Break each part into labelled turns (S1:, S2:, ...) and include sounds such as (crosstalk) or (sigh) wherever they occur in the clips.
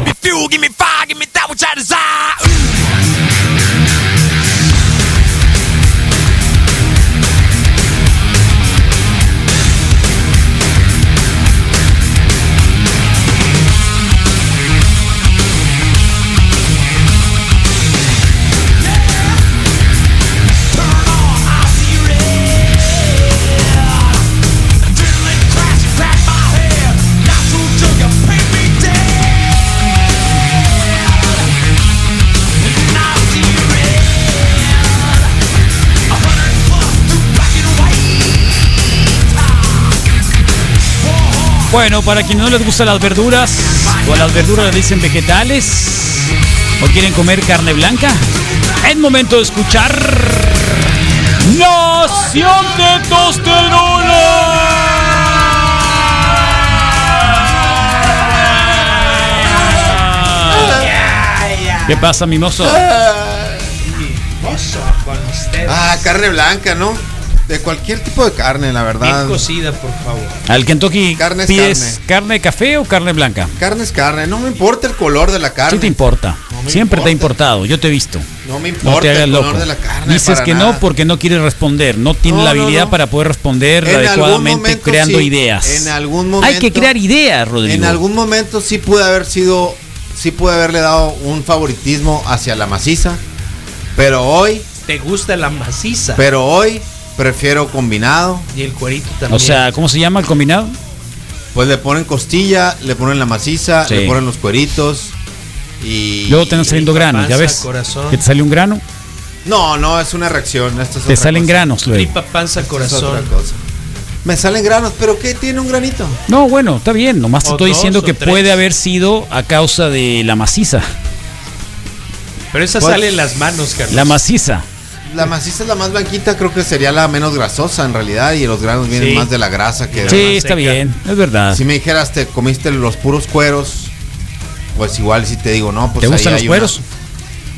S1: fuel, give me fire, give me that which I desire. Ooh. Turn on, I see red. Until it crashes crack my head. Not too till you pay me dead. And I see red. A hundred plus through black and white.
S2: Bueno, para quienes no les gustan las verduras, o a las verduras les dicen vegetales, o quieren comer carne blanca, es momento de escuchar Nación de Tosterona. ¿Qué pasa, mimoso?
S3: con usted.
S4: Ah, carne blanca, ¿no? De cualquier tipo de carne, la verdad.
S3: Bien cocida, por favor.
S2: ¿Al Kentucky
S4: Carne es
S2: pides carne. de café o carne blanca?
S4: Carne es carne, no me importa el color de la
S2: Sí
S4: carne.
S2: te importa.
S4: No me
S2: Siempre te ha
S4: importa.
S2: importado. Yo te he visto.
S4: No me
S2: No te
S4: importa
S2: hagas
S4: el
S2: loco.
S4: color de la carne.
S2: Dices
S4: para
S2: que
S4: nada.
S2: no porque no quieres responder. No tienes
S4: No,
S2: la
S4: no,
S2: habilidad
S4: no.
S2: para poder responder
S4: En algún
S2: adecuadamente
S4: momento
S2: creando
S4: sí.
S2: ideas.
S4: En algún
S2: Hay que
S4: momento-
S2: crear ideas, Rodrigo.
S4: En algún momento sí pude haber sido, sí pude haberle dado un favoritismo hacia la maciza, pero hoy,
S3: ¿Te gusta la maciza?
S4: pero hoy prefiero combinado.
S3: y el cuerito también.
S2: O sea, ¿cómo se llama el combinado?
S4: Pues le ponen costilla, le ponen la maciza,
S2: Sí.
S4: le ponen los cueritos y
S2: Luego te andan saliendo granos, ¿ya
S3: panza,
S2: ves?
S3: corazón.
S2: Que te sale un grano,
S4: no, no es una reacción. Esto es
S2: te
S4: otra
S2: salen
S4: cosa.
S2: granos luego.
S3: tripa, panza,
S4: Esto es otra
S3: corazón.
S4: cosa. Me salen granos, pero ¿qué tiene un granito?
S2: No, bueno, está bien. Nomás te
S3: O
S2: estoy
S3: dos,
S2: diciendo
S3: o
S2: que
S3: tres.
S2: puede haber sido a causa de la maciza.
S3: Pero esa
S4: Pues-
S3: sale en las manos, Carlos.
S2: La maciza.
S4: La maciza es la más blanquita, creo que sería la menos grasosa en realidad y los granos vienen
S3: Sí.
S4: más de la grasa que de
S3: Sí.
S2: Sí, está
S3: seca.
S2: bien. Es verdad.
S4: Si me dijeras, te comiste los puros cueros, pues igual si te digo, no, pues
S2: ¿Te
S4: ahí
S2: gustan los
S4: hay una-
S2: cueros?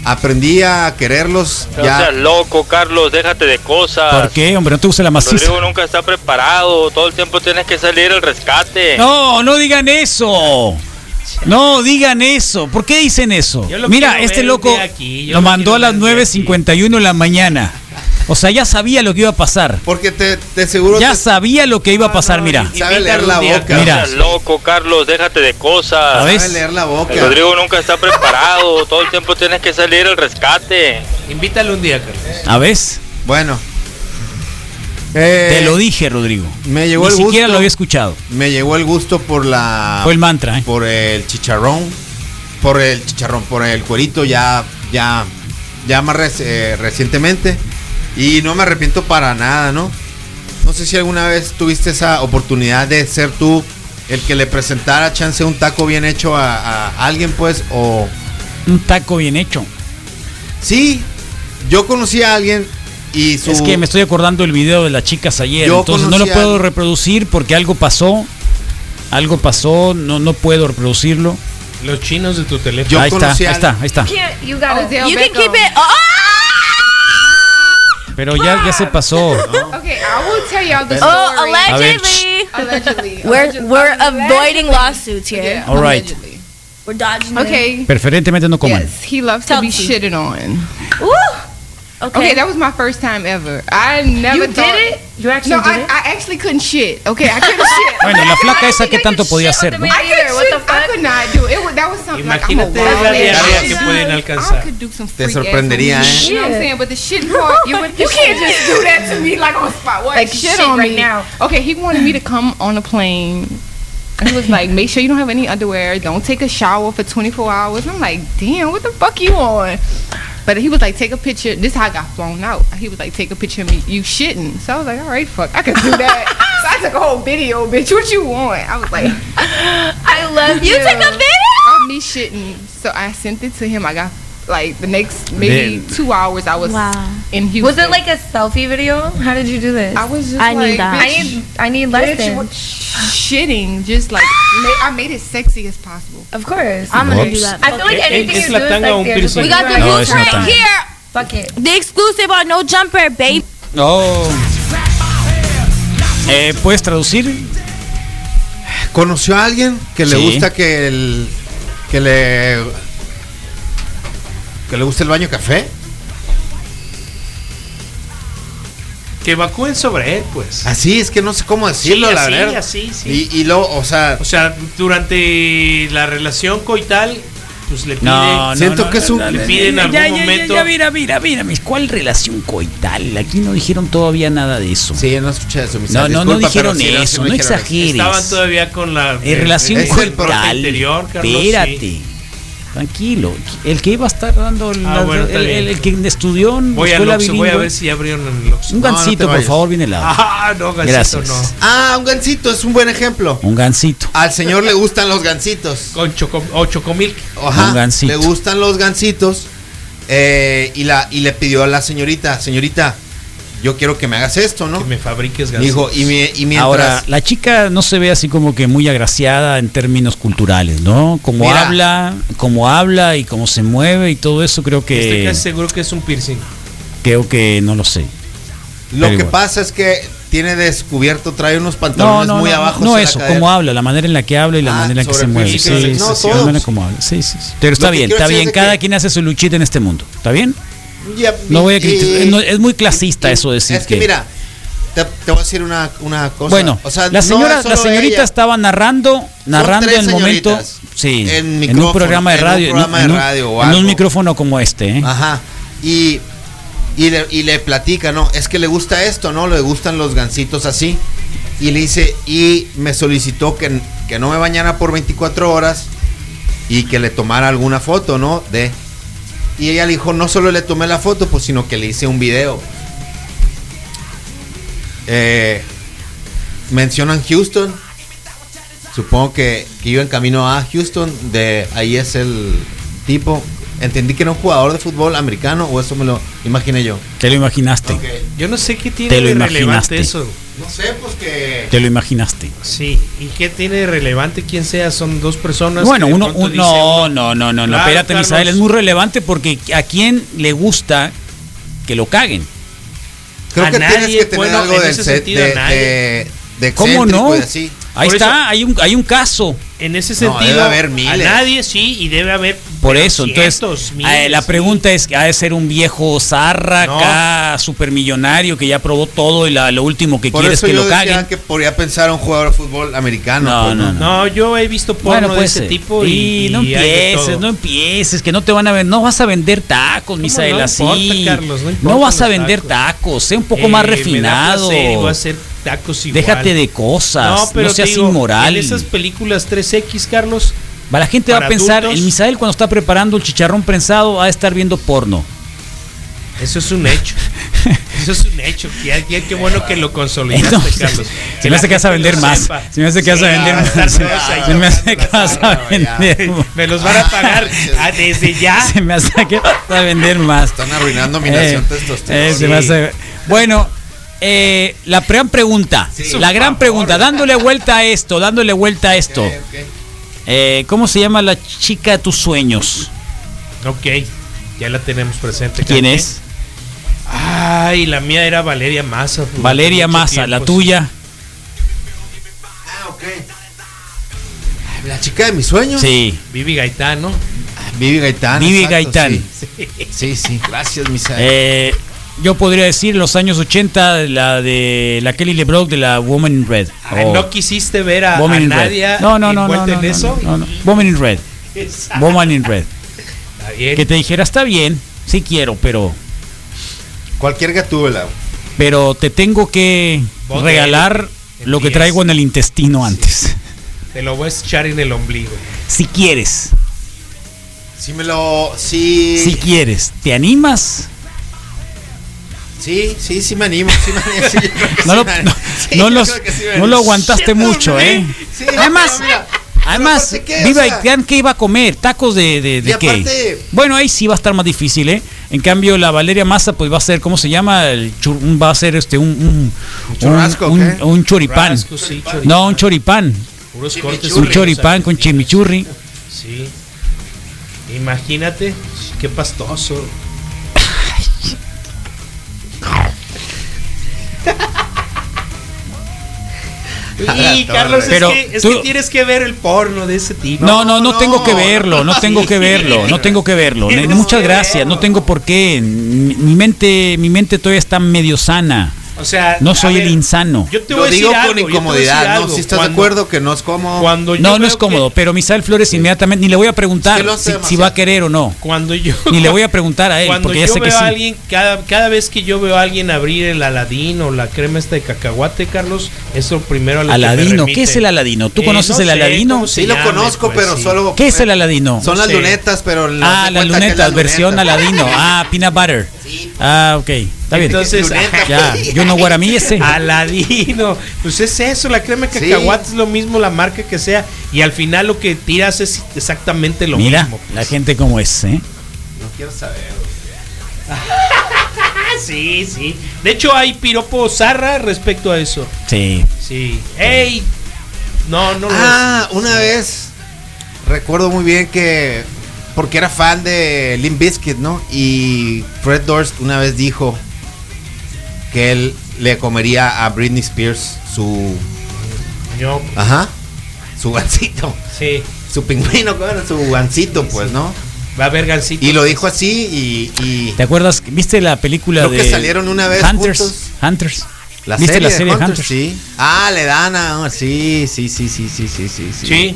S4: Aprendí a quererlos
S5: No
S4: ya.
S5: seas loco, Carlos, déjate de cosas.
S2: ¿Por qué, hombre? ¿No te gusta la maciza?
S5: Rodrigo nunca está preparado, todo el tiempo tienes que salir al
S3: (laughs)
S5: rescate.
S2: No, no digan eso. No digan eso. ¿Por qué dicen eso?
S3: Yo lo
S2: Mira,
S3: quiero
S2: este
S3: ver un
S2: loco
S3: día aquí, yo
S2: lo
S3: lo
S2: mandó
S3: quiero
S2: a las
S3: ver un día
S2: 9.51 de la mañana. O sea, ya sabía lo que iba a pasar.
S4: Porque te, te seguro
S2: Ya
S4: te
S2: sabía lo que iba a pasar, mira.
S3: Ah, y-
S4: sabe leer
S3: Invítalo
S4: la
S3: un día,
S4: boca.
S5: no
S2: mira.
S5: seas loco, Carlos, déjate de cosas.
S2: A ver.
S4: Sabe leer la boca.
S5: El Rodrigo nunca está preparado, (laughs) todo el tiempo tienes que salir al rescate.
S3: Invítalo un día, Carlos.
S2: ¿A ¿Ah, ves?
S4: Bueno. Eh,
S2: Te lo dije, Rodrigo.
S4: me llegó
S2: Ni
S4: el
S2: siquiera
S4: gusto. Ah.
S2: lo había escuchado.
S4: Eh, Me llegó el gusto por la.
S2: Fue el mantra, ¿eh?
S4: Por el chicharrón. Por el chicharrón, por el cuerito ya. Ya. Ya más reci- eh, recientemente. Y no me arrepiento para nada, ¿no? No sé si alguna vez tuviste esa oportunidad de ser tú el que le presentara chance un taco bien hecho a, a alguien, pues, o.
S2: Un taco bien hecho.
S4: Sí, yo conocí a alguien y su.
S2: Es que me estoy acordando del video de las chicas ayer,
S4: Yo
S2: entonces no lo
S4: conocí a-
S2: puedo reproducir porque algo pasó. Algo pasó, no, no puedo reproducirlo.
S3: Los chinos de tu teléfono.
S4: Yo
S2: ahí está, ahí
S4: conocí a-
S2: está, ahí está.
S6: can't. You gotta
S7: Odell
S6: You
S7: Beckham.
S6: can keep it. Oh,
S2: Pero ya, ya se pasó.
S7: Okay, I will tell y'all the story.
S6: oh
S2: A ver,
S6: allegedly.
S7: (laughs) allegedly.
S6: (laughs) We're
S7: Alleged-
S6: we're
S7: allegedly.
S6: avoiding lawsuits here.
S7: Yeah,
S2: All right.
S7: allegedly.
S6: We're dodging. them.
S7: Okay.
S2: Preferentemente no coman.
S7: Yes, he loves to be
S6: Chelsea.
S7: shitted on.
S6: Woo!
S7: Okay.
S6: Okay.
S7: that was my first time ever. I never
S6: You did
S7: thought-
S6: it? You actually
S7: no,
S6: did
S7: I,
S6: it?
S7: I actually couldn't shit. Okay, I couldn't shit.
S2: (laughs) Bueno, la flaca esa que
S6: think I
S2: tanto
S6: can
S2: podía
S6: shit
S2: hacer,
S6: with the
S2: ¿no?
S6: man.
S7: (laughs) I couldn't
S6: Either, what
S7: shit.
S6: the
S7: I
S6: fuck?
S7: could not do it. It was, that was something
S3: Imagínate
S7: like I'm a
S3: la
S7: wild
S3: diarrea
S7: ass
S3: que
S7: shit.
S3: pueden
S7: I
S2: Ah,
S3: alcanzar.
S7: could do some
S4: Te
S7: freak ass
S4: sorprendería,
S7: moves,
S4: ¿eh?
S7: You know what I'm saying? But the shit (laughs) part, you, would, you can't just do that to me like on the spot. What?
S6: Like shit right
S7: me.
S6: now.
S7: Okay, he wanted me to come on a plane. He was like, make sure you don't have any underwear. Don't take a shower for 24 hours. And I'm like, damn, what the fuck you on? But he was like, take a picture. This is how I got flown out. He was like, take a picture of me. You shitting. So I was like, all right, fuck, I can do that. (laughs) so I took a whole video, bitch. What you want? I was like,
S6: I love you. You
S7: Yeah.
S6: took a video.
S7: (laughs) of me shitting. So I sent it to him. I got like the next maybe
S2: Then-
S7: two hours. I was in Houston.
S8: Was it like a selfie video? How did you do this?
S7: I was just
S8: I
S7: like,
S8: need that. I
S7: bitch,
S8: need I need
S7: bitch,
S8: lessons.
S7: what- shitting? Just like ma- I made it sexy as possible.
S8: Of course.
S6: I'm gonna do
S2: Whoops.
S6: that.
S8: I feel like
S3: Eh,
S8: anything
S3: es
S8: you
S3: la
S8: do is
S3: tanga o un
S8: like they're just
S3: piercing.
S6: We
S8: like,
S6: got the
S2: No,
S6: news
S2: it's not
S6: right
S2: time.
S6: here.
S8: fuck it.
S6: The exclusive on No Jumper, babe.
S2: Oh. Eh, ¿Puedes traducir?
S4: Conoció a alguien que le
S2: Sí.
S4: gusta que el que le que le guste el baño café.
S3: Que evacúen sobre él, pues.
S4: Así es que no sé cómo decirlo,
S3: Sí,
S4: la
S3: así,
S4: verdad.
S3: así, sí.
S4: Y, y luego, o sea,
S3: O sea, durante la relación coital, pues le pide.
S2: No,
S4: siento
S2: no,
S4: que es un-
S2: no, no,
S3: le
S2: no,
S3: pide en
S2: no,
S3: algún
S2: ya, ya, ya,
S3: momento.
S2: Ya, mira, mira, mira, mis, ¿cuál relación coital? Aquí no dijeron todavía nada de eso.
S4: sí, no escuché eso, mi
S2: No,
S4: sal,
S2: no, no
S4: disculpa,
S2: dijeron
S4: pero sí, sí,
S2: eso, no,
S4: dijeron eso.
S2: exageres.
S3: Estaban todavía con la.
S2: En Eh, relación
S4: es el
S2: coital.
S3: parte interior, Carlos,
S2: Espérate.
S3: sí.
S2: Tranquilo. El que iba a estar dando el,
S3: Ah, bueno, está
S2: el- el-
S3: bien.
S2: el que estudió en
S3: Voy, al
S2: escuela
S3: Oxxo, voy a
S2: bilingüe.
S3: ver si ya abrieron el Oxxo.
S2: Un
S4: No, no te
S2: gancito, por
S4: vayas.
S2: favor, viene helado.
S3: Ah, no, Gansito,
S2: Gracias.
S3: no.
S4: Ah, un gancito es un buen ejemplo.
S2: Un gancito.
S4: Al señor le gustan los gancitos.
S2: (laughs)
S3: Con choco, o chocomilk.
S4: Ajá,
S2: Un gansito.
S4: Le gustan los gansitos. eh, y, la, y le pidió a la señorita, señorita, yo quiero que me hagas esto, ¿no?
S3: Que me fabriques
S4: Me
S3: gansitos.
S4: dijo, y, mi- y mientras...
S2: Ahora, la chica no se ve así como que muy agraciada en términos culturales, ¿no? Como
S4: Mira.
S2: habla, como habla y cómo se mueve y todo eso, creo
S3: Estoy
S4: Este
S2: que
S3: casi seguro que es un piercing.
S2: creo que no lo sé.
S4: lo que
S2: igual.
S4: pasa es que tiene descubierto, trae unos
S2: No,
S4: pantalones
S2: no,
S4: muy
S2: no,
S4: abajo.
S2: no
S4: se la
S2: eso,
S4: cadera.
S2: cómo habla, la manera en la que habla y la
S4: Ah,
S2: manera en la que
S4: sobre
S2: se
S4: el
S2: mueve. Sí,
S4: físico,
S2: sí,
S4: sí, no,
S2: sí, la
S4: todos.
S2: manera como habla. Sí, sí, sí. Pero
S4: Lo
S2: está
S4: que
S2: bien,
S4: quiero
S2: está
S4: decir
S2: bien,
S4: es de
S2: cada
S4: que-
S2: quien hace su luchita en este mundo, ¿está bien?
S4: Ya,
S2: No voy a
S4: y-
S2: criticar, no, es muy clasista eso decir
S4: Es que,
S2: que-
S4: mira, te, te voy a decir una, una cosa.
S2: bueno,
S4: o sea,
S2: la
S4: no
S2: señora,
S4: es
S2: la
S4: solo
S2: señorita
S4: ella.
S2: estaba narrando, narrando
S4: tres
S2: el momento,
S4: señoritas
S2: sí,
S4: en
S2: en, un
S4: micrófono,
S2: programa de
S4: en un
S2: radio, en un-
S4: programa de
S2: en un-
S4: radio o
S2: en
S4: algo. Ah.
S2: un micrófono como este, ¿eh?
S4: Ajá. Y, y, le, y le platica, ¿no? Es que le gusta esto, ¿no? Le gustan los gansitos así. Y le dice, y me solicitó que, que no me bañara por 24 horas y que le tomara alguna foto, ¿no? De. Y ella le dijo, no solo le tomé la foto, pues sino que le hice un video. Eh, mencionan Houston. Supongo que, que iba en camino a Houston. De ahí es el tipo. Entendí que era un jugador de fútbol americano o eso me lo imaginé yo.
S2: Te lo imaginaste.
S3: Yo no sé qué tiene
S2: Te lo
S3: de
S2: imaginaste.
S3: relevante eso.
S4: No sé, pues que.
S2: Te lo imaginaste.
S3: Sí, ¿y qué tiene de relevante quién sea? Son dos personas.
S2: Bueno,
S3: que de
S2: uno,
S3: pronto
S2: un-
S3: dice
S2: no,
S3: uno,
S2: no, no, no, no,
S3: Claro,
S2: espérate,
S3: Carlos.
S2: Misael, es muy relevante porque a quién le gusta que lo caguen.
S4: Creo
S3: A
S4: que tienes
S3: nadie,
S4: que tener
S3: bueno,
S4: algo
S3: en
S4: de,
S3: ese
S4: se-
S3: sentido,
S4: de-
S3: a nadie.
S4: de- de
S2: ¿Cómo
S4: excéntrico
S2: no?
S4: y así.
S2: Ahí
S3: Por
S2: está, hay un hay un caso.
S3: En ese
S4: No,
S3: sentido,
S4: debe haber miles.
S3: a nadie sí, y debe haber.
S2: Por
S3: pero
S2: eso, entonces,
S3: cientos,
S2: eh,
S3: miles,
S2: la pregunta es, ¿ha de ser un viejo zarra
S4: No.
S2: acá, supermillonario que ya probó todo y la- lo último que
S4: Por
S2: quiere es
S4: eso
S2: que
S4: yo
S2: lo
S4: decía
S2: caguen?
S4: que podría pensar a un jugador de fútbol americano.
S2: No,
S4: pues,
S2: no,
S3: sí. No, yo he visto porno
S2: Bueno,
S3: de
S2: pues,
S3: ese
S2: eh,
S3: tipo y.
S2: y, no
S3: y hay de
S2: empieces,
S3: todo.
S2: no empieces, que no te van a vender, no vas a vender tacos, Misael,
S3: no
S2: así.
S3: importa, Carlos, no importa
S2: no vas a
S3: los
S2: vender tacos.
S3: tacos.
S2: sé un poco
S3: Eh,
S2: más
S3: me da
S2: refinado.
S3: placer y voy a hacer tacos igual.
S2: Déjate de cosas, no,
S3: te
S2: seas
S3: digo,
S2: inmoral.
S3: En esas películas 3X, Carlos,
S2: Va, La gente va a
S3: para
S2: pensar,
S3: adultos-
S2: el Misael cuando está preparando el chicharrón prensado va a estar viendo porno.
S3: eso es un hecho. Eso es un hecho. Qué, qué- qué bueno que lo consolidaste,
S2: Entonces,
S3: Carlos.
S2: (laughs) se me hace que vas a vender más. Se me hace que vas a
S3: ah,
S2: vender más. (laughs) Se me hace que vas a
S4: zarra, ya.
S2: vender más. (laughs)
S3: Me los van a pagar ah, desde ya.
S2: Se me hace que vas a vender más.
S4: Están arruinando mi nación
S2: Eh,
S4: testosterona.
S2: eh, se me hace- Bueno, eh, la gran pregunta,
S4: Sí.
S2: la gran pregunta, dándole vuelta a esto, dándole vuelta a esto. Eh, ¿Cómo se llama la chica de tus sueños?
S3: Ok, ya la tenemos presente.
S2: ¿Quién
S3: Carmen.
S2: es?
S3: Ay, la mía era Valeria Massa. durante
S2: Valeria
S3: mucho
S2: Massa, la
S3: tiempo,
S2: tuya.
S4: Ah, ok. La chica de mis sueños.
S2: Sí.
S3: sí. Vivi Gaitán, ¿no?
S4: Vivi Gaitán.
S2: Vivi
S4: exacto,
S2: Gaitán.
S4: Sí, sí, sí. Gracias, Misael.
S2: Eh, yo podría decir los años 80, la de la Kelly LeBrock de la Woman in Red.
S3: Ay,
S2: o
S3: (laughs) No quisiste ver a,
S2: Woman
S3: a
S2: Oh. in
S3: Nadia
S2: Red. No, no, no, no,
S3: envuelta
S2: no,
S3: en
S2: no,
S3: eso. Ah.
S2: no, no. Woman in Red.
S3: Está
S2: Woman in Red.
S3: bien.
S2: Que te dijera, está bien, sí quiero, pero
S4: Cualquier gatúbela.
S2: pero te tengo que
S3: Vos
S2: regalar
S3: te-
S2: lo que
S3: empiezas.
S2: traigo en el intestino antes.
S3: Te lo voy a echar en el ombligo.
S2: Si quieres,
S4: Sí me lo. Sí.
S2: si quieres, ¿te animas?
S4: Sí, sí, sí me animo, sí me animo. sí, yo creo que
S2: No
S4: sí
S2: lo,
S4: me
S2: no,
S4: animo. Sí,
S2: no
S4: yo
S2: los-
S4: creo que sí me
S2: no lo
S4: animo.
S2: aguantaste mucho, ¿eh?
S4: Sí,
S2: además,
S4: pero mira,
S2: además,
S4: aparte, ¿qué? O
S2: Viva
S4: sea-
S2: Haitian, ¿qué iba a comer? ¿Tacos de, de, de
S4: Y
S2: qué?
S4: aparte-
S2: Bueno, ahí sí va a estar más difícil, ¿eh? En cambio, la Valeria Massa, pues va a ser, ¿cómo se llama? El chur- un- va a ser este, un. un- un-
S4: churrasco,
S2: un,
S4: ¿qué?
S2: un choripán.
S3: Rasco, sí, chori-
S2: No, un choripán.
S3: puros
S4: chimichurri.
S3: cortes.
S2: Un choripán con chimichurri.
S3: Sí. Imagínate, qué pastoso.
S4: (laughs)
S3: Y Carlos,
S2: Pero
S3: es, que, es
S2: tú-
S3: que tienes que ver el porno de ese tipo.
S2: No, no, no, tengo que
S4: no.
S2: verlo, no tengo que verlo, no tengo que verlo. Ne-
S3: Tienes
S2: Muchas
S3: que
S2: gracias, no
S3: verlo.
S2: tengo por qué. Mi, mi mente, mi mente todavía está medio sana.
S3: O sea,
S2: No
S3: a
S2: soy el
S3: ver,
S2: insano.
S3: Yo te
S4: Lo
S3: voy a decir
S4: digo
S3: algo,
S4: con
S3: yo te voy a decir
S4: incomodidad, ¿no?
S3: algo.
S4: Si estás de
S3: Cuando-
S4: acuerdo que no es cómodo.
S3: Cuando Pues yo
S2: No, no
S3: veo
S2: es cómodo,
S3: que-
S2: pero Misael Flores inmediatamente ni le voy a preguntar
S4: Es que lo hace
S2: si- si,
S4: demasiado.
S2: va a querer o
S3: (laughs)
S2: no.
S3: cuando yo
S2: (laughs) Ni le voy a preguntar a él,
S3: cuando
S2: porque ya
S3: yo
S2: sé que
S3: veo
S2: sí.
S3: a alguien cada cada vez que yo veo a alguien abrir el aladín o la crema esta de cacahuate, Carlos, es lo primero a lo que me
S2: Aladino,
S3: remite.
S2: ¿qué es el aladino? ¿Tú
S3: Eh,
S2: conoces
S3: no
S2: el
S3: sé
S2: aladino?
S3: cómo se
S4: Sí lo
S3: llame,
S4: conozco,
S3: pues,
S4: pero
S3: sí.
S4: solo.
S2: ¿Qué es el aladino?
S4: Son las
S3: Sí.
S4: lunetas, pero.
S2: Ah, las lunetas, versión
S3: (laughs)
S2: aladino. Ah, peanut butter. Ah, ok, está bien.
S3: Entonces,
S4: (laughs)
S3: ah,
S4: Luneta.
S2: Ya, yo no guaramí
S3: (laughs)
S2: ese.
S3: Aladino, pues es eso, la crema de
S4: Sí.
S3: cacahuate es lo mismo, la marca que sea, y al final lo que tiras es exactamente lo
S2: Mira,
S3: mismo. pues.
S2: la gente como es, ¿eh?
S4: No quiero saber.
S3: Ah, sí, sí. De hecho, hay piropo zarra respecto a eso.
S2: Sí.
S3: Sí. ¡Ey! No, no lo
S4: Ah, una vez recuerdo muy bien que porque era fan de Limp Bizkit, ¿no? Y Fred Durst una vez dijo que él le comería a Britney Spears su
S3: es. Yo,
S4: ajá, su gancito,
S3: sí.
S4: su pingüino, ¿cómo era? su gancito, pues, ¿no?
S3: Va a haber gancito.
S4: Y lo dijo así y, y
S2: ¿Te acuerdas? ¿Viste la película
S4: Creo
S2: de
S4: que salieron una vez
S2: Hunters?
S4: juntos.
S2: Hunters. ¿Viste la serie
S4: de
S2: Hunters?
S4: Hunters, sí. Ah, le dan a sí, sí, sí, sí, sí, sí, sí, sí.
S3: Sí.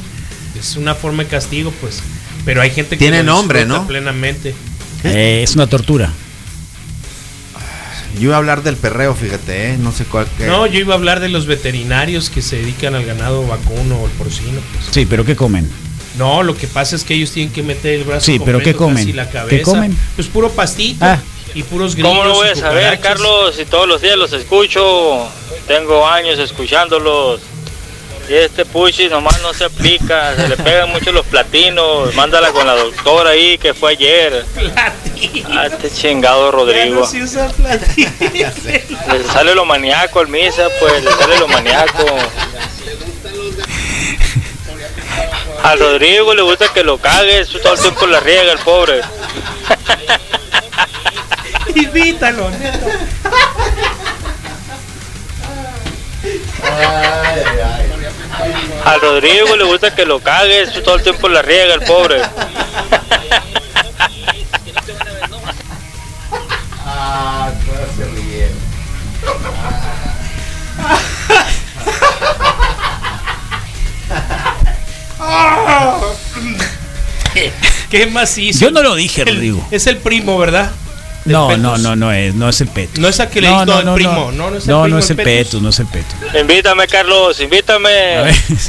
S3: Es una forma de castigo, pues. Pero hay gente que
S4: Tiene
S3: lo
S4: nombre,
S3: disfruta
S4: ¿no?
S3: plenamente.
S2: Eh, es una tortura.
S4: Yo iba a hablar del perreo, fíjate, ¿eh? no sé cuál que-
S3: No, yo iba a hablar de los veterinarios que se dedican al ganado vacuno o el porcino, pues.
S2: Sí, pero ¿qué comen?
S3: No, lo que pasa es que ellos tienen que meter el brazo
S2: Sí, pero ¿qué
S3: completo,
S2: comen?
S3: casi la
S2: ¿Qué
S3: cabeza.
S2: comen?
S3: Pues puro pastito
S2: Ah.
S3: y puros grillos.
S5: ¿Cómo lo voy
S3: y
S5: a saber,
S3: cucarachas. (laughs)
S5: Carlos? Si todos los días los escucho, tengo años escuchándolos. Y este puchi nomás no se aplica, se le pegan mucho los platinos. Mándala con la doctora ahí que fue ayer.
S3: Platino.
S5: A este
S3: Ya
S5: chingado
S3: no (laughs)
S5: Rodrigo.
S3: se usa platino.
S2: (laughs)
S5: Le pues, sale lo maníaco al misa, pues, le sale lo maníaco. A Rodrigo le gusta que lo cagues, todo el tiempo la riega el pobre.
S3: Invítalo, neta.
S5: A Rodrigo le gusta que lo cagues, todo el tiempo la riega el pobre.
S4: Ah, claro, se rieron.
S3: ¿Qué macizo?
S2: Yo no lo dije,
S3: El-
S2: Rodrigo.
S3: Es el primo, ¿verdad? De
S2: No,
S3: Petus.
S2: no, no, no es, no es el peto.
S3: No es a que le
S2: no,
S3: dijo
S2: no,
S3: al
S2: no,
S3: primo,
S2: No,
S3: no,
S2: no
S3: no
S2: es
S3: es
S2: el,
S3: el primo, el Petus.
S2: peto, no es el peto.
S5: Invítame, Carlos,
S2: A ver.
S5: invítame.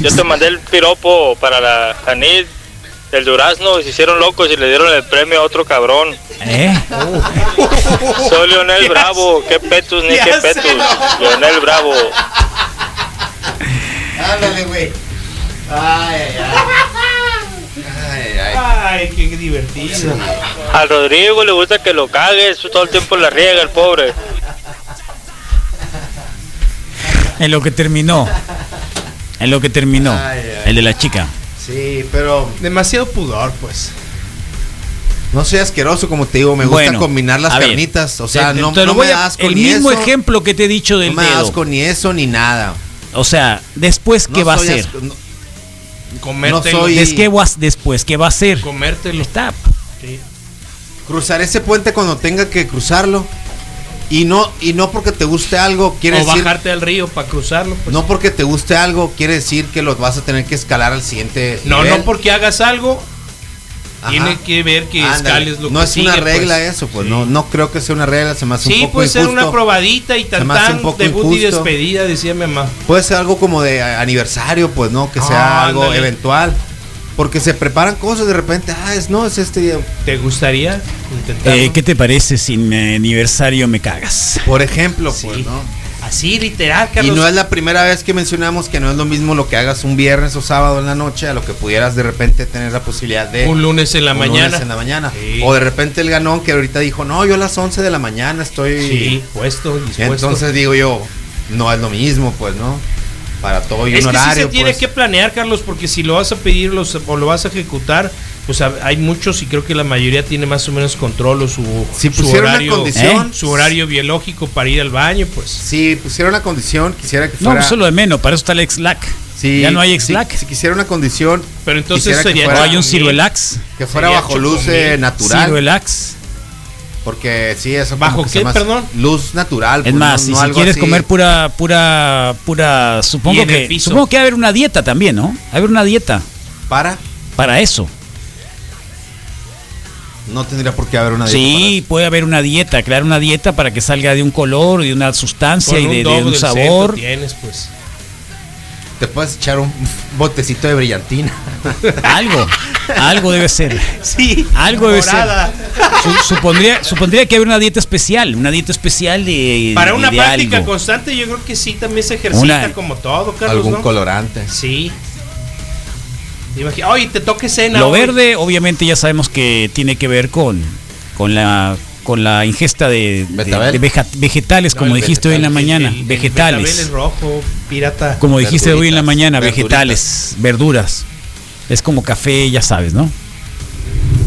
S5: Yo te mandé el piropo para la Janit del Durazno y se hicieron locos y le dieron el premio a otro cabrón.
S2: ¿Eh?
S5: Soy Leonel
S3: ¿Qué
S5: Bravo, qué petus ni
S3: ¿Qué
S5: qué
S3: hace?
S5: petus. Leonel Bravo.
S4: Ándale, güey. Ay, ay, ay. Ay, ay.
S3: Ay, qué divertido.
S5: A Rodrigo le gusta que lo cagues, todo el tiempo la riega el pobre.
S2: En lo que terminó. En lo que terminó.
S4: Ay, ay.
S2: El de la chica.
S4: Sí, pero
S3: Demasiado pudor, pues.
S4: no soy asqueroso, como te digo, me gusta
S2: Bueno,
S4: combinar las
S2: a ver,
S4: carnitas. O
S2: te-
S4: sea,
S2: te-
S4: no,
S2: te lo
S4: no
S2: voy
S4: me
S2: a-
S4: das con
S2: El
S4: ni
S2: mismo
S4: eso,
S2: ejemplo que te he dicho
S4: No
S2: del
S4: me das
S2: dedo.
S4: con ni eso ni nada.
S2: O sea, después, ¿qué
S4: No
S2: va a
S4: soy
S2: hacer?
S4: asco- no-
S3: Comértelo.
S4: soy-
S2: Des- ¿Qué vas después? ¿Qué va a hacer?
S3: Comértelo.
S2: Está.
S3: Sí.
S4: cruzar ese puente cuando tenga que cruzarlo. Y no, y no porque te guste algo, quiere
S3: O
S4: decir.
S3: bajarte al río para cruzarlo. pues.
S4: No porque te guste algo, quiere decir que lo vas a tener que escalar al siguiente.
S3: No,
S4: nivel.
S3: no porque hagas algo.
S4: Ajá.
S3: Tiene que ver que
S4: Ándale.
S3: escales lo
S4: no
S3: que
S4: es una
S3: sigue,
S4: regla
S3: pues.
S4: eso, pues
S3: Sí.
S4: no, no creo que sea una regla, se me hace un
S3: Sí,
S4: poco
S3: puede ser una
S4: injusto.
S3: probadita y
S4: Se me hace un
S3: tantán,
S4: poco
S3: debut y
S4: injusto.
S3: despedida, decía mi mamá.
S4: Puede ser algo como de a- aniversario, pues no, que sea
S3: Ah,
S4: algo
S3: ándale.
S4: eventual. Porque se preparan cosas de repente, ah, es no, es este día.
S3: ¿Te gustaría intentarlo?
S2: Eh, ¿Qué te parece si mi aniversario me cagas?
S4: Por ejemplo,
S3: Sí.
S4: pues, ¿no?
S3: Así, literal,
S4: Y
S3: Carlos.
S4: no es la primera vez que mencionamos que no es lo mismo lo que hagas un viernes o sábado en la noche a lo que pudieras de repente tener la posibilidad de
S3: un lunes en la
S4: un
S3: mañana.
S4: lunes en la mañana.
S3: Sí.
S4: O de repente el ganón que ahorita dijo, no, yo a las 11 de la mañana estoy...
S3: Sí, puesto, dispuesto.
S4: Entonces digo yo, no es lo mismo, pues, ¿no? Para todo y
S3: es
S4: un
S3: que sí
S4: horario.
S3: se tiene
S4: pues.
S3: que planear, Carlos, porque si lo vas a pedir los- o lo vas a ejecutar, pues hab- hay muchos y creo que la mayoría tiene más o menos control o su,
S4: Si
S3: su ¿eh?
S4: pusieron una condición.
S3: su horario biológico para ir al baño, pues.
S4: Si pusiera una condición, quisiera que
S2: No, pues,
S4: fuera.
S2: eso es lo de menos, para eso está el ex-lac.
S4: si-
S2: ya no hay
S4: si,
S2: ex-lac.
S4: si quisiera una condición
S3: Pero entonces
S4: Quisiera que
S3: sería
S2: o
S4: fuera-
S2: hay un
S3: también
S2: ciruelax.
S4: que fuera
S3: Sería
S4: bajo luz eh,
S3: chocomil.
S4: natural.
S2: Ciruelax.
S4: Porque sí, eso como
S3: ¿Bajo
S4: que se
S3: qué,
S4: me hace-
S3: perdón?
S4: Luz natural.
S2: Es
S4: pues,
S2: más,
S4: no-
S2: y
S4: no
S2: si
S4: algo
S2: quieres
S4: así.
S2: comer pura, pura, pura,
S3: Y
S2: supongo
S3: en el
S2: que,
S3: piso.
S2: supongo que va a haber una dieta también, ¿no? Va a haber una dieta
S4: Para,
S2: para eso.
S4: no tendría por qué haber una
S2: Sí, puede haber una dieta, crear una dieta para que salga de un color, de una sustancia
S3: con
S2: y de- de,
S3: dog
S2: un
S3: del centro
S2: sabor.
S3: Tienes,
S4: dieta
S3: pues.
S4: para eso. Te puedes echar un botecito de
S3: (laughs)
S4: brillantina. (laughs)
S2: Algo, algo debe ser. (laughs)
S3: Sí.
S2: Algo debe ser.
S3: Morada.
S2: Su- supondría, supondría que hay una dieta especial, una dieta especial de
S3: Para
S2: de-
S3: una
S2: de
S3: práctica
S2: algo.
S3: constante, yo creo que sí también se ejercita
S2: Una-
S3: como todo, Carlos.
S4: Algún
S3: ¿no?
S4: colorante.
S3: Sí. Imagina, oye, te toque cena.
S2: Lo
S3: hoy".
S2: verde, obviamente, ya sabemos que tiene que ver con, con la con la ingesta de, de-
S4: Betabel.
S2: de veja- vegetales,
S3: No,
S2: como
S3: el
S2: dijiste hoy en la
S3: vegetal,
S2: mañana,
S3: el- el
S2: vegetales.
S3: betabel es rojo, pirata.
S2: como dijiste hoy en la
S4: Verduritas,
S2: mañana,
S4: verduritas.
S2: vegetales, verduras. Es como café, ya sabes, ¿no?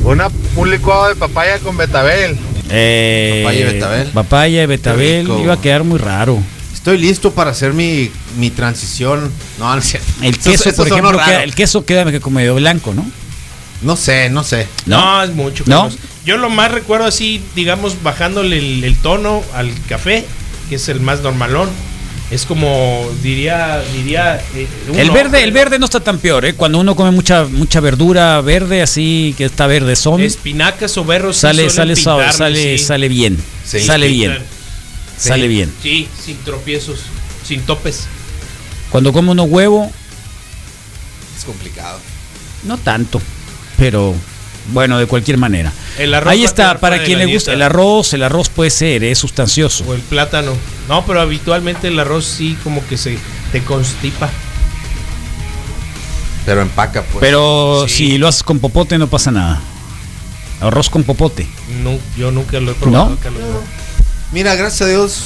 S9: Una, un licuado de papaya con betabel.
S2: Eh,
S4: Papaya y betabel.
S2: Papaya y betabel
S4: rico.
S2: iba a quedar muy raro.
S4: Estoy listo para hacer mi, mi transición. No, no es cierto.
S2: El
S4: Eso-
S2: queso,
S4: eso
S2: por
S4: sonó
S2: ejemplo,
S4: raro.
S2: queda, el queso queda que como medio blanco, ¿no?
S4: No sé, no sé.
S3: No, es mucho.
S2: ¿No?
S3: Carlos. Yo lo más recuerdo así, digamos, bajándole el, el tono al café, que es el más normalón. Es como diría, diría. eh, un
S2: El
S3: hombre,
S2: verde, el
S3: ¿no?
S2: verde no está tan peor, ¿eh? Cuando uno come mucha mucha verdura verde así que está verde son
S3: Espinacas o berros. sí
S2: sale sale
S3: suelen
S2: suave,
S3: pintarme,
S2: sale
S3: sí.
S2: sale bien.
S4: Sí.
S2: sale
S3: Sí,
S2: bien.
S3: claro.
S2: Sale bien.
S3: Sí, sin tropiezos, sin topes.
S2: Cuando como uno huevo
S4: Es complicado.
S2: no tanto, pero bueno, de cualquier manera.
S3: El arroz
S2: Ahí
S3: va a
S2: está
S3: quedar fuera
S2: para
S3: de
S2: quien
S3: la
S2: le gusta el
S3: dieta.
S2: arroz, el arroz puede ser es sustancioso.
S3: O el plátano. No, pero habitualmente el arroz sí como que se te constipa.
S4: Pero empaca, pues.
S2: Pero
S3: sí.
S2: si lo haces con popote no pasa nada. Arroz con popote.
S3: No, yo nunca lo he probado,
S2: ¿No?
S3: Carlos. no.
S4: Mira, gracias a Dios.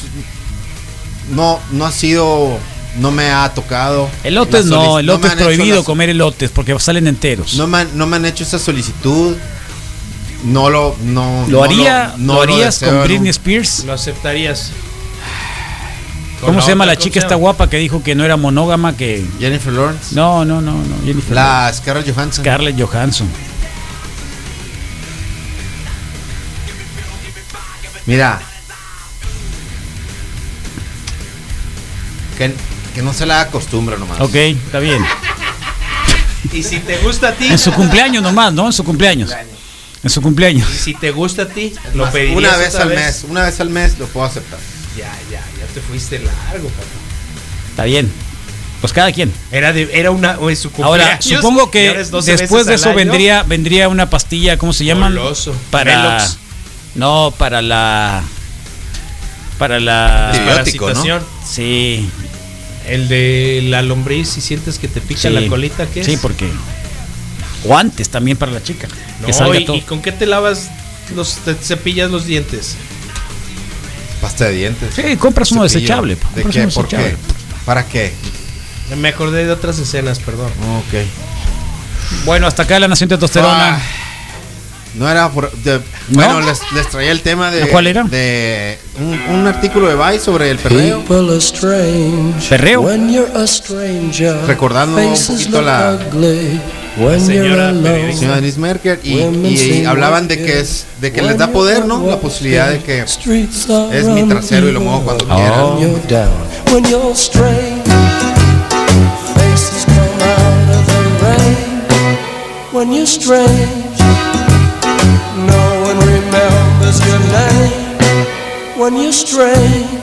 S4: No, no ha sido. No me ha tocado.
S2: Elotes
S4: La
S2: no,
S4: solic- me
S2: elotes
S4: han hecho
S2: prohibido
S4: la-
S2: comer elotes porque salen enteros.
S4: No me, han, no me han hecho esa solicitud. No lo. No, no
S2: ¿Lo haría?
S4: no
S2: ¿Lo harías
S4: deseo,
S2: con
S4: no.
S2: Britney Spears?
S3: ¿Lo aceptarías? Con
S2: ¿Cómo se llama
S3: otra,
S2: la
S3: ¿cómo
S2: chica
S3: se
S2: esta
S3: llama?
S2: guapa que dijo que no era monógama que
S4: Jennifer Lawrence.
S2: no, no, no, no, Jennifer
S4: La Scarlett Johansson.
S2: Scarlett Johansson.
S4: Mira. Que, que no se la acostumbra nomás.
S2: Ok, está bien.
S3: Y si te gusta a ti,
S2: En su cumpleaños nomás, ¿no? En su cumpleaños. En su cumpleaños.
S3: y si te gusta a ti,
S4: Es
S3: lo
S4: más,
S3: pedirías
S4: una vez
S3: otra
S4: al mes, una vez al mes lo puedo aceptar.
S3: Ya, ya, ya te fuiste largo. papá.
S2: Está bien. Pues cada quien.
S3: Era de era una o es su cumpleaños.
S2: Ahora, supongo
S3: y
S2: que
S3: ahora es 12
S2: después
S3: veces
S2: de
S3: al
S2: eso
S3: año.
S2: vendría vendría una pastilla, ¿cómo se llama?
S3: Goloso.
S2: Para
S3: Velox.
S2: No, para la para la
S4: Antibiótico, ¿no?
S3: Parasitación.
S2: Sí.
S3: El de la lombriz, si sientes que te pica
S2: sí.
S3: la colita, ¿qué es?
S2: Sí, porque guantes también para la chica.
S3: No,
S2: que salga
S3: y,
S2: todo.
S3: y con qué te lavas los te cepillas los dientes?
S4: Pasta de dientes.
S2: Sí, compras uno
S4: Cepillo.
S2: desechable. pa,
S4: ¿De
S2: compras
S4: qué?
S2: uno
S4: ¿Por qué?
S2: desechable.
S4: ¿Para qué?
S3: Me acordé de otras escenas, perdón.
S4: Ok.
S2: Bueno, hasta acá la Nación Testosterona.
S4: Ah, no era por. de-
S2: ¿No?
S4: Bueno, les, les traía el tema de.
S2: ¿Cuál era?
S4: De un, un artículo de Vice sobre el perreo.
S10: People are strange.
S2: Perreo.
S10: When you're a stranger.
S4: Recordando un
S10: faces
S4: poquito
S10: look
S4: la-
S10: ugly When you're
S3: señora
S10: alone.
S4: Señora Denise Merker. Y, y hablaban de que es de que les da poder, ¿no? La posibilidad de que es mi trasero y lo muevo cuando quiera.
S2: Oh.
S10: When you're down. When you're strange. Faces come out of the rain. When you're strange. No one remembers your name. When you're strange.